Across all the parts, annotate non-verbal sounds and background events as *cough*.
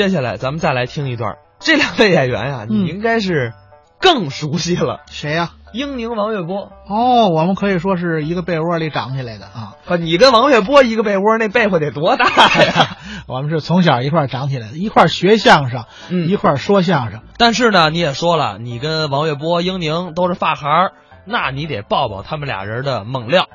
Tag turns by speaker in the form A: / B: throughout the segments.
A: 接下来咱们再来听一段，这两位演员呀、啊你
B: 嗯
A: 应该是更熟悉了。
B: 谁呀、
A: 英宁、王月波，
B: 哦，我们可以说是一个被窝里长起来的啊。
A: 啊，你跟王月波一个被窝，那被窝得多大呀？
B: 我们是从小一块儿长起来的，一块儿学相声，
A: 嗯
B: 一块儿说相声。
A: 但是呢，你也说了，你跟王月波、英宁都是发孩儿，那你得抱抱他们俩人的猛料。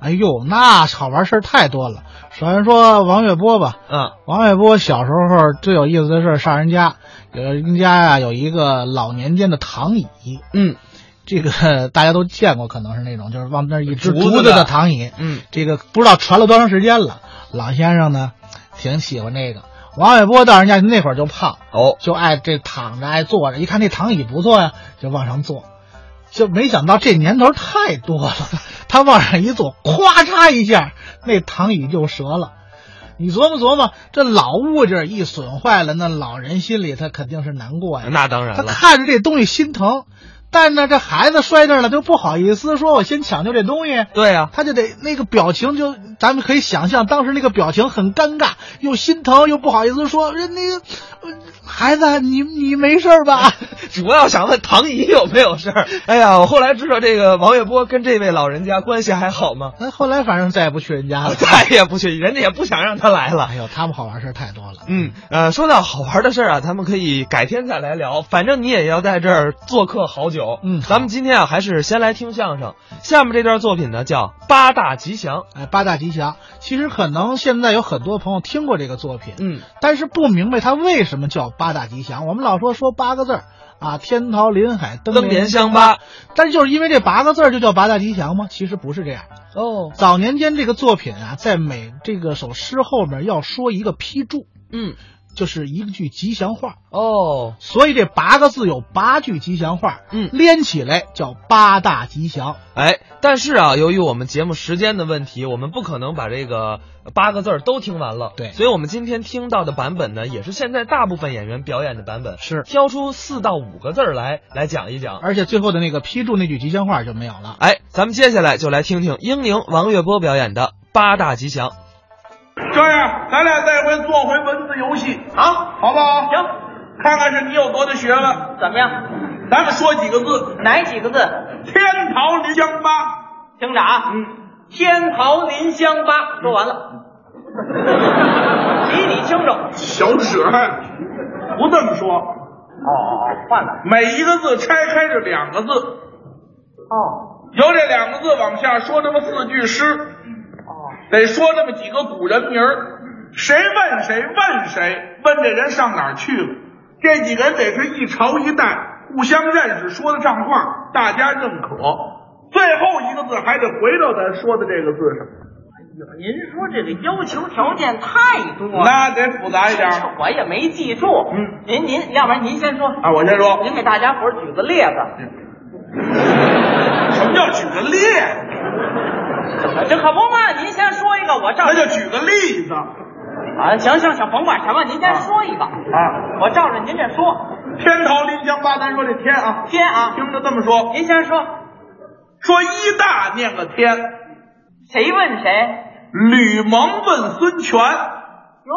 B: 哎呦，那好玩事儿太多了。首先说王月波吧，
A: 嗯
B: 王月波小时候最有意思的事儿，上人家，有人家呀、有一个老年间的躺椅，
A: 嗯
B: 这个 *laughs* 大家都见过，可能是那种就是往那儿一只
A: 竹
B: 竹
A: 子的
B: 子的躺椅，
A: 嗯，
B: 这个不知道传了多长时间了。老先生呢，挺喜欢这个。王月波到人家那会儿就胖，
A: 哦，
B: 就爱这躺着爱坐着，一看这躺椅不错呀，就往上坐，就没想到这年头太多了， *laughs* 他往上一坐，咵嚓一下，那躺椅就折了。你琢磨琢磨，这老物件一损坏了，那老人心里他肯定是嗯难过呀。
A: 那当然
B: 他
A: 了。
B: 看着这东西心疼，但呢，这孩子摔那儿了，就不好意思说我先抢救这东西，
A: 对呀、
B: 他就得那个表情就，咱们可以想象当时那个表情很尴尬，又心疼又不好意思说，人那个呃孩子你你没事
A: *laughs*
B: 儿吧？
A: 主要想问唐姨有没有事儿。哎呀，我后来知道这个王月波跟这位老人家关系还好吗？。
B: 那后来反正再也不去人家了
A: 再也不去，人家也不想让他来了。
B: 哎呦，他们好玩事儿太多了。
A: 嗯，呃，说到好玩的事儿啊，咱们可以改天再来聊。反正你也要在这儿做客好久。
B: 嗯好
A: 咱们今天啊，还是先来听相声。下面这段作品呢，叫《八大吉祥》。
B: 哎，八大吉祥，其实可能现在有很多朋友听过这个作品，
A: 嗯，
B: 但是不明白它为什么叫八大吉祥。我们老说说八个字儿啊，天桃林海灯
A: 灯
B: 连
A: 莲香八。
B: 但是就是因为这八个字儿就叫八大吉祥吗？其实不是这样。
A: 哦，
B: 早年间这个作品啊，在每这个首诗后面要说一个批注，
A: 嗯，
B: 就是一句吉祥话。
A: 哦，
B: 所以这八个字有八句吉祥话，
A: 嗯
B: 连起来叫八大吉祥。
A: 哎，但是啊，由于我们节目时间的问题，我们不可能把这个八个字儿都听完了。
B: 对
A: 所以我们今天听到的版本呢，也是现在大部分演员表演的版本，
B: 是
A: 挑出四到五个字儿来来讲一讲。
B: 而且最后的那个批注那句吉祥话就没有了。
A: 哎，咱们接下来就来听听英宁、王月波表演的八大吉祥。
C: 这样，咱俩再回做回文字游戏啊，好不好？
D: 行，
C: 看看是你有多大学问。
D: 怎么样？
C: 咱们说几个字：
D: 哪几个字？
C: 天桃林香八。
D: 听着啊，嗯，天桃林香八，说完了。
C: 嗯
D: 比你清楚。
C: 小史，不这么说，
D: 哦，换了。
C: 每一个字拆开是两个字，
D: 哦
C: 由这两个字往下说这么四句诗，
D: 哦，
C: 得说这么几个古人名儿。谁问谁问谁，问这人上哪儿去了？这几个人得是一朝一代，互相认识，说得上话，大家认可。最后一个字还得回到咱说的这个字上。
D: 您说这个要求条件太多了，
C: 那得复杂一点儿
D: 我也没记住。
C: 嗯，
D: 您您，要不然您先说，
C: 啊！我先说，嗯
D: 您给大家伙儿举个例子。
C: 什么叫举个例？
D: 这可不嘛，您先说一个，我照
C: 那
D: 着。
C: 叫举个例子
D: 啊，行行行，甭管什么，您先说一个，
C: 啊！
D: 我照着您这说。
C: 天桃林香八，咱说这天啊，
D: 天啊，
C: 听着这么说，
D: 您先说，
C: 说一大念个天，
D: 谁问谁？
C: 吕蒙问孙权，《
D: 哟，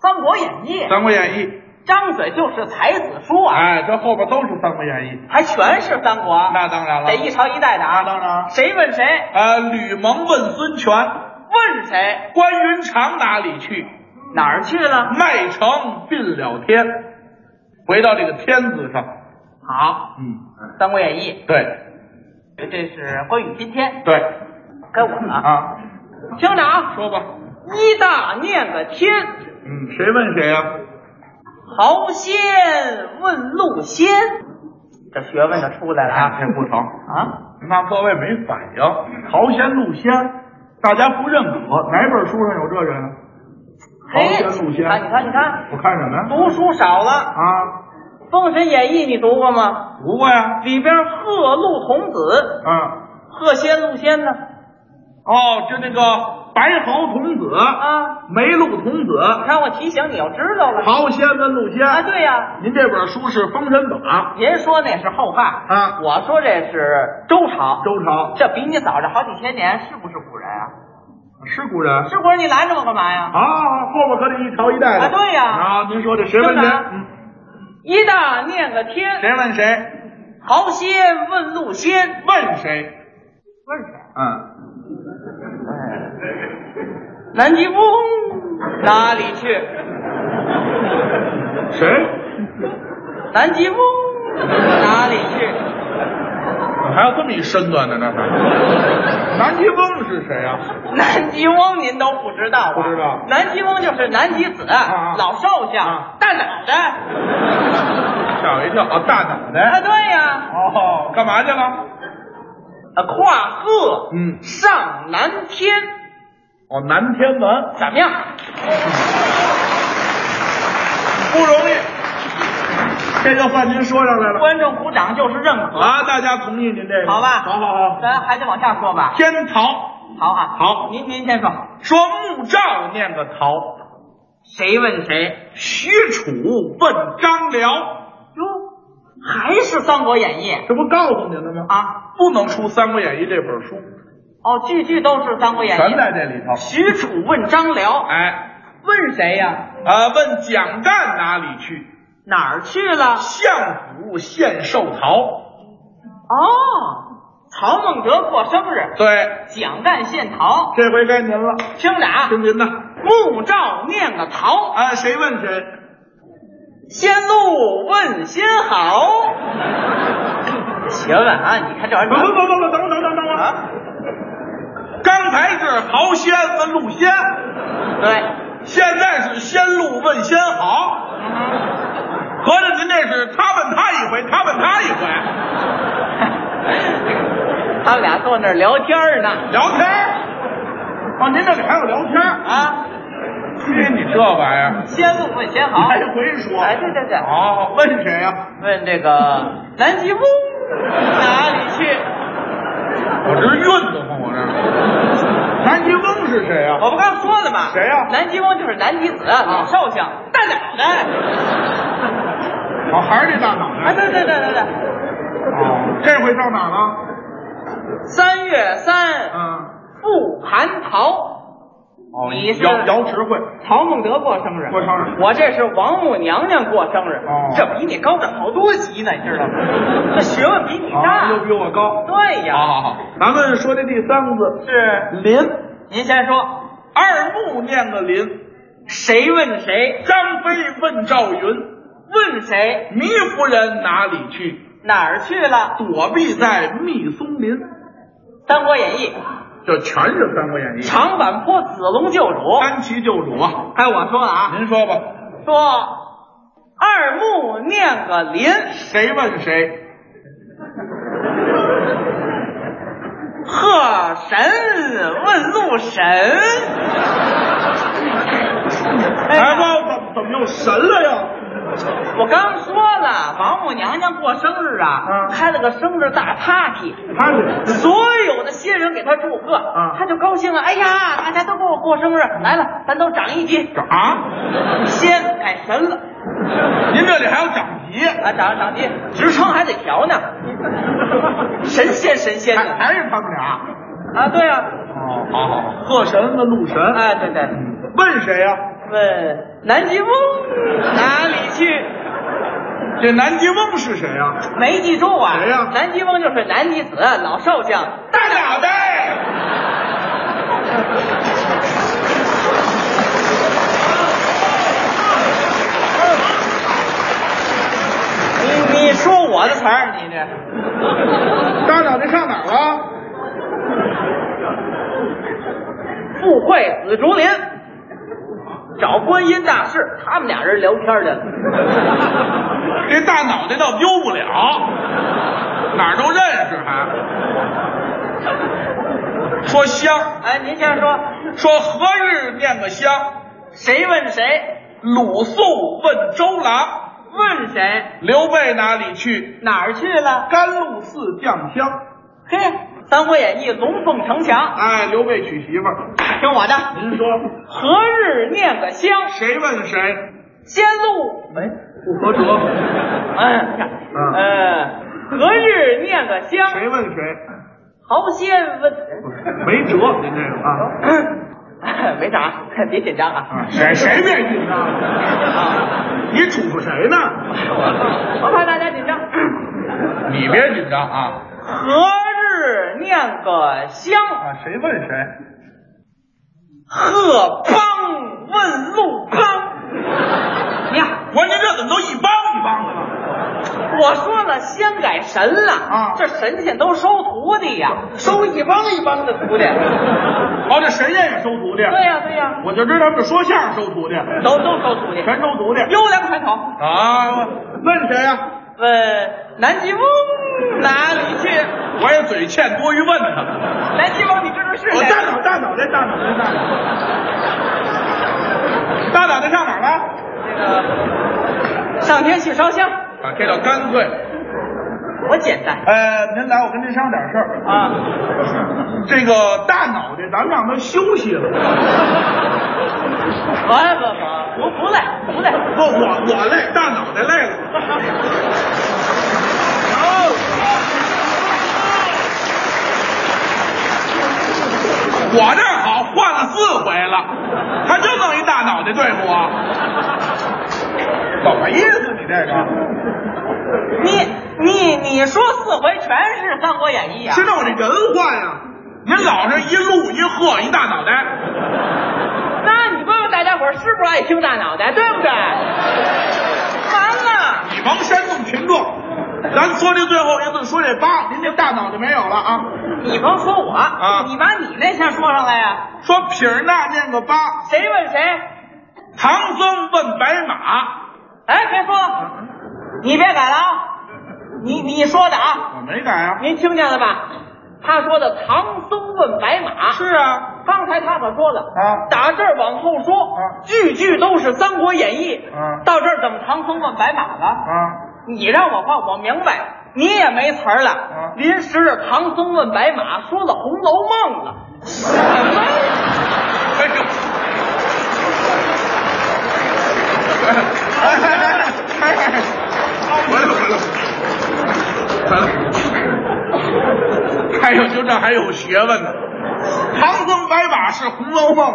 D: 《三国演义》
C: 三国演义》
D: 张嘴就是才子书啊，
C: 哎，这后边都是《三国演义》。
D: 还全是三国。
C: 那当然了
D: 得一朝一代的啊。
C: 那当然
D: 谁问谁？
C: 呃，吕蒙问孙权，
D: 问谁？
C: 关云长哪里去？
D: 哪儿去了？
C: 麦城进了天。回到这个天字上，
D: 好，
C: 嗯，
D: 《三国演义
C: 对》
D: 这是关羽今天
C: 对
D: 该我了。
C: 啊，
D: 听着啊，
C: 说吧，
D: 一大念个天，
C: 嗯，谁问谁呀、
D: 豪仙问路仙，这学问就出来了
C: 啊，
D: 啊
C: 这不
D: *laughs*
C: 成，
D: 啊！
C: 那各位没反应。豪仙陆仙，大家不认可，哪本书上有这人？豪
D: 嘿，
C: 仙陆
D: 哎你看，
C: 仙，
D: 你看，你看，
C: 我看什么呀？
D: 读书少了，
C: 啊，
D: 《封神演义》你读过吗？
C: 读过呀。
D: 里边贺陆童子
C: 啊，
D: 鹤仙陆仙呢？
C: 哦，就那个白毫童子，
D: 啊，
C: 梅鹿童子，
D: 你看我提醒你，我知道了。
C: 豪仙跟陆仙。
D: 啊，对呀、
C: 您这本书是《封神榜》，
D: 您说那是后汉
C: 啊
D: 我说这是周朝，
C: 周朝。
D: 这比你早着好几千年，是不是古人啊？
C: 是古人。
D: 是不是你拦着我干嘛呀？
C: 好好好，后边可得一朝一代的。
D: 啊对呀
C: 啊，您说这谁问
D: 正
C: 谁？
D: 常
C: 嗯，
D: 一大念个天，
C: 谁问谁？
D: 豪仙问路仙，
C: 问谁？
D: 问谁？
C: 嗯，
D: 南极风哪里去？
C: 谁？
D: 南极风哪里去？
C: 还有这么一身段呢？那还？ *laughs* 南极翁是谁啊？
D: 南极翁您都不知道啊？
C: 不知道
D: 南极翁就是南极子，
C: 啊
D: 老少相，
C: 啊
D: 大脑袋。
C: 吓我一跳！哦，大脑
D: 啊，
C: 袋。
D: 对呀、
C: 哦，干嘛去了？
D: 啊，跨鹤
C: 嗯，
D: 上南天，
C: 哦，南天门，
D: 怎么样？
C: 不容易，这就算您说上来了
D: 观众鼓掌就是认可。
C: 啊！大家同意您这个，
D: 好吧
C: 好好好，
D: 咱还得往下说吧。
C: 天桃，
D: 好啊，
C: 好
D: 您您先说，
C: 说穆照念个桃，
D: 谁问谁？
C: 许褚奔张辽，
D: 哟，还是《三国演义》
C: 这不告诉您了吗？
D: 啊？
C: 不能出《三国演义》这本书，
D: 哦，句句都是《三国演义》。
C: 全在这里头。
D: 许褚问张辽，
C: 哎，
D: 问谁呀、
C: 啊，问蒋干哪里去？
D: 哪儿去了？
C: 相府献寿桃，
D: 哦，曹孟德过生日，
C: 对，
D: 蒋干献桃。
C: 这回该您了，
D: 听着啊，
C: 听您的。
D: 穆照念个桃，
C: 啊，谁问谁？
D: 仙路问仙好。学问啊，你看这玩意
C: 等等
D: 儿，
C: 等等等等等等啊！刚才是豪仙问陆仙，
D: 对，
C: 现在是仙路问仙好。合着您这是他问他一回，他问他一回，
D: 他们俩坐那儿聊天儿呢。
C: 聊天儿。哦，您这里还有聊天儿？
D: 啊，
C: 嘿，你这玩意儿
D: 仙路问仙好。
C: 来回说。
D: 哎，对对对，
C: 好，哦问谁呀？
D: 问这个南极翁哪里去？
C: 我这是晕得慌，我这。南极翁是谁呀？
D: 我不刚说了吗？
C: 谁呀
D: 南极翁就是南极子，老少相，大脑袋。
C: 哦，还是这大脑
D: 啊，
C: 袋。
D: 对对对对对。
C: 哦，这回到哪儿了？
D: 三月三，
C: 嗯，
D: 富含桃。
C: 哦，
D: 你是
C: 姚姚池会。
D: 曹孟德过生日，
C: 过生日
D: 我这是王母娘娘过生日，
C: 哦
D: 这比你高长好多级呢，你知道吗？ *laughs* 这学问比你大。
C: 啊，又比我高。
D: 对呀，
C: 好好好，咱们说这第三个字
D: 是
C: 林，
D: 您先说，
C: 二木念个林，
D: 谁问谁？
C: 张飞问赵云，
D: 问谁
C: 糜夫人哪里去？
D: 哪儿去了？《
C: 躲避在密松林。
D: 三国演义》
C: 这全是《三国演义》。
D: 长坂坡子龙救主。
C: 三旗救主啊，
D: 哎，我说了啊，
C: 您说吧，
D: 说二木念个林，
C: 谁问谁？
D: 贺神问路神。
C: 哎，不，怎怎么又神了呀？
D: 我刚说了，王母娘娘过生日啊，
C: 嗯
D: 开了个生日大 party，
C: 他是
D: 所有的新人给她祝贺，
C: 嗯
D: 她就高兴了。哎呀，大家都给我过生日，来了，咱都长一级，
C: 啊？
D: 仙改神了
C: 您这里还有长级，
D: 啊，长长级，职称还得调呢，
C: *laughs*
D: 神仙神仙
C: 还
D: 的
C: 还是他们俩？
D: 啊，对啊，
C: 哦，好好好，贺神问陆神，嗯
D: 哎，对对，
C: 问谁呀、
D: 问南极翁哪里去？
C: 这南极翁是谁呀、
D: 没记住啊？
C: 谁呀
D: 南极翁就是南极子，老少将。
C: 大脑袋。
D: 你你说我的词儿，你这。
C: 大脑袋上哪儿了？
D: 富贵紫竹林，找观音大士，他们俩人聊天去了。
C: 这大脑袋倒丢不了，哪儿都认识还。说香，
D: 哎，您先说，
C: 说何日念个香？
D: 谁问谁？
C: 鲁肃问周郎，
D: 问谁？
C: 刘备哪里去？
D: 哪儿去了？
C: 甘露寺酱香。
D: 嘿，《三国演义》龙凤呈祥，
C: 哎，刘备娶媳妇儿。
D: 听我的。
C: 您说
D: 何日念个香？
C: 谁问谁？
D: 仙路，
C: 哎，不合辙。
D: 哎，
C: 嗯
D: 呃，何日念个香？
C: 谁问谁？
D: 豪仙问，
C: 没辙，您这个啊。
D: *coughs* 没啥，别紧张啊。
C: 嗯谁谁别紧张，啊你嘱咐谁呢？
D: 我怕大家紧张。
C: 你别紧张啊！
D: 何日念个香？
C: 啊，谁问谁？
D: 鹤邦问路
C: *laughs*
D: 康。你看，
C: 我说您这怎么都一帮一帮的呢？
D: 我说了，先改神了
C: 啊
D: 这神仙都收徒弟呀、收一帮一帮的徒弟。
C: 哦，这神仙也收徒弟。
D: 对呀、对呀、
C: 我就知道他们说相声收徒弟，
D: 都都收徒弟，
C: 全收徒弟。
D: 优良传统。
C: 啊，问谁呀？
D: 问南极翁哪里去？
C: 我也嘴欠，多余问他们。
D: 南极翁，你知道是
C: 我
D: 谁？
C: 大脑大脑袋大脑袋大脑袋，大脑袋上哪儿了？
D: 这个上天去烧香，
C: 啊，这叫干脆。
D: 多简单
C: 呃，您来，我跟您商量点事儿。
D: 啊！
C: 这个大脑袋，咱们让他休息了。
D: 不啊不不，不不累不累，
C: 不，我我累，大脑袋累了。 *laughs* 我这儿好，换了四回了，他就弄一大脑袋对付我，怎么意思？你这个
D: 你你你说四回全是《三国演义》啊？
C: 是让我这人换呀、您老是一鹿一鹤一大脑袋，
D: 那你问问大家伙儿是不是爱听大脑袋，对不对？完了，
C: 你甭煽动群众。咱说这最后一次，说这八，您这大脑袋没有了啊？
D: 你甭说我
C: 啊
D: 你把你那先说上来呀、
C: 说撇儿捺念个八，
D: 谁问谁？
C: 唐僧问白马，
D: 哎，别说，你别改了啊！你你说的啊，
C: 我没改啊。
D: 您听见了吧？他说的唐僧问白马
C: 是啊，
D: 刚才他可说了
C: 啊
D: 打这儿往后说，
C: 啊
D: 句句都是《三国演义》
C: 啊
D: 到这儿怎么唐僧问白马了？
C: 啊，
D: 你让我换，我明白，你也没词儿了。
C: 啊
D: 临时的唐僧问白马，说了《红楼梦》了。什么
C: *laughs* 哎呦，哎哎哎哎哎，回来回来回来，还有就这还有学问呢。唐僧白马是《红楼梦》啊，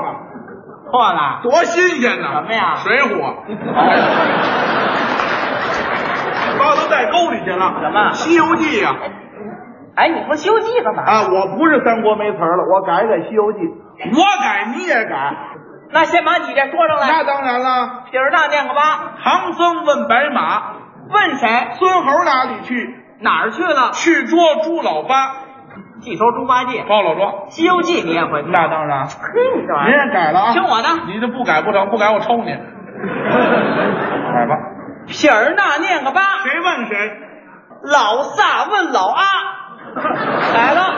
D: 错了？
C: 多新鲜呐！
D: 什么呀
C: 水浒。哦把我都带沟里去了。
D: 什么
C: 西游记》啊呀。
D: 哎，你说《西游记》干嘛？
C: 啊，我不是三国没词儿了，我改改《西游记》，我改你也改，
D: 那先把你这说上
C: 那
D: 来。
C: 当然了。
D: 底儿大念个吧，
C: 唐僧问白马，
D: 问谁
C: 孙猴哪里去？
D: 哪儿去了？
C: 去捉猪老八，
D: 记收猪八戒，《
C: 包老庄。
D: 西游记》你也会？
C: 那当然，
D: 嘿，你这玩
C: 您
D: 意儿，
C: 也改了啊？
D: 听我的，
C: 你这不改不成，不改我 *laughs* 抽你。改吧。
D: 撇儿捺念个吧，
C: 谁问谁？
D: 老萨问老
C: *laughs*
D: 阿，来了，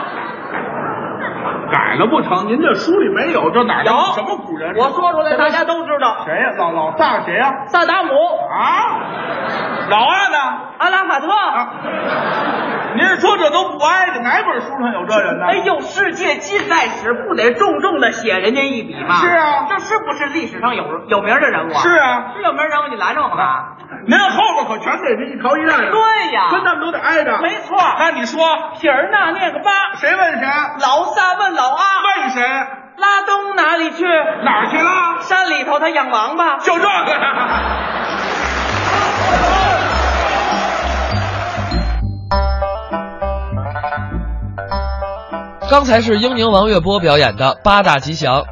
C: 改了不成？您这书里没有，这哪
D: 有
C: 有什么古人？
D: 我说出来大家都知道，
C: 谁呀？老老大谁呀？
D: 萨达姆、
C: 啊，老二呢？
D: 阿拉法特。
C: *laughs* 您说这都不挨着，哪本书上有这人呢？
D: 啊哎呦，世界金赛史不得重重的写人家一笔吗？
C: 是啊
D: 这是不是历史上有有名的人物啊？
C: 是啊，
D: 是有名人物，你拦着我干嘛？
C: 您后边可全得是一朝一啊代的，
D: 对呀，
C: 跟他们都得挨着。
D: 没错。
C: 那你说
D: 撇儿捺念个八，
C: 谁问谁？
D: 老三问老阿，
C: 问谁？
D: 拉东哪里去？
C: 哪儿去了？
D: 山里头他养王八。
C: 就这个。
A: 刚才是英宁王月波表演的八大吉祥。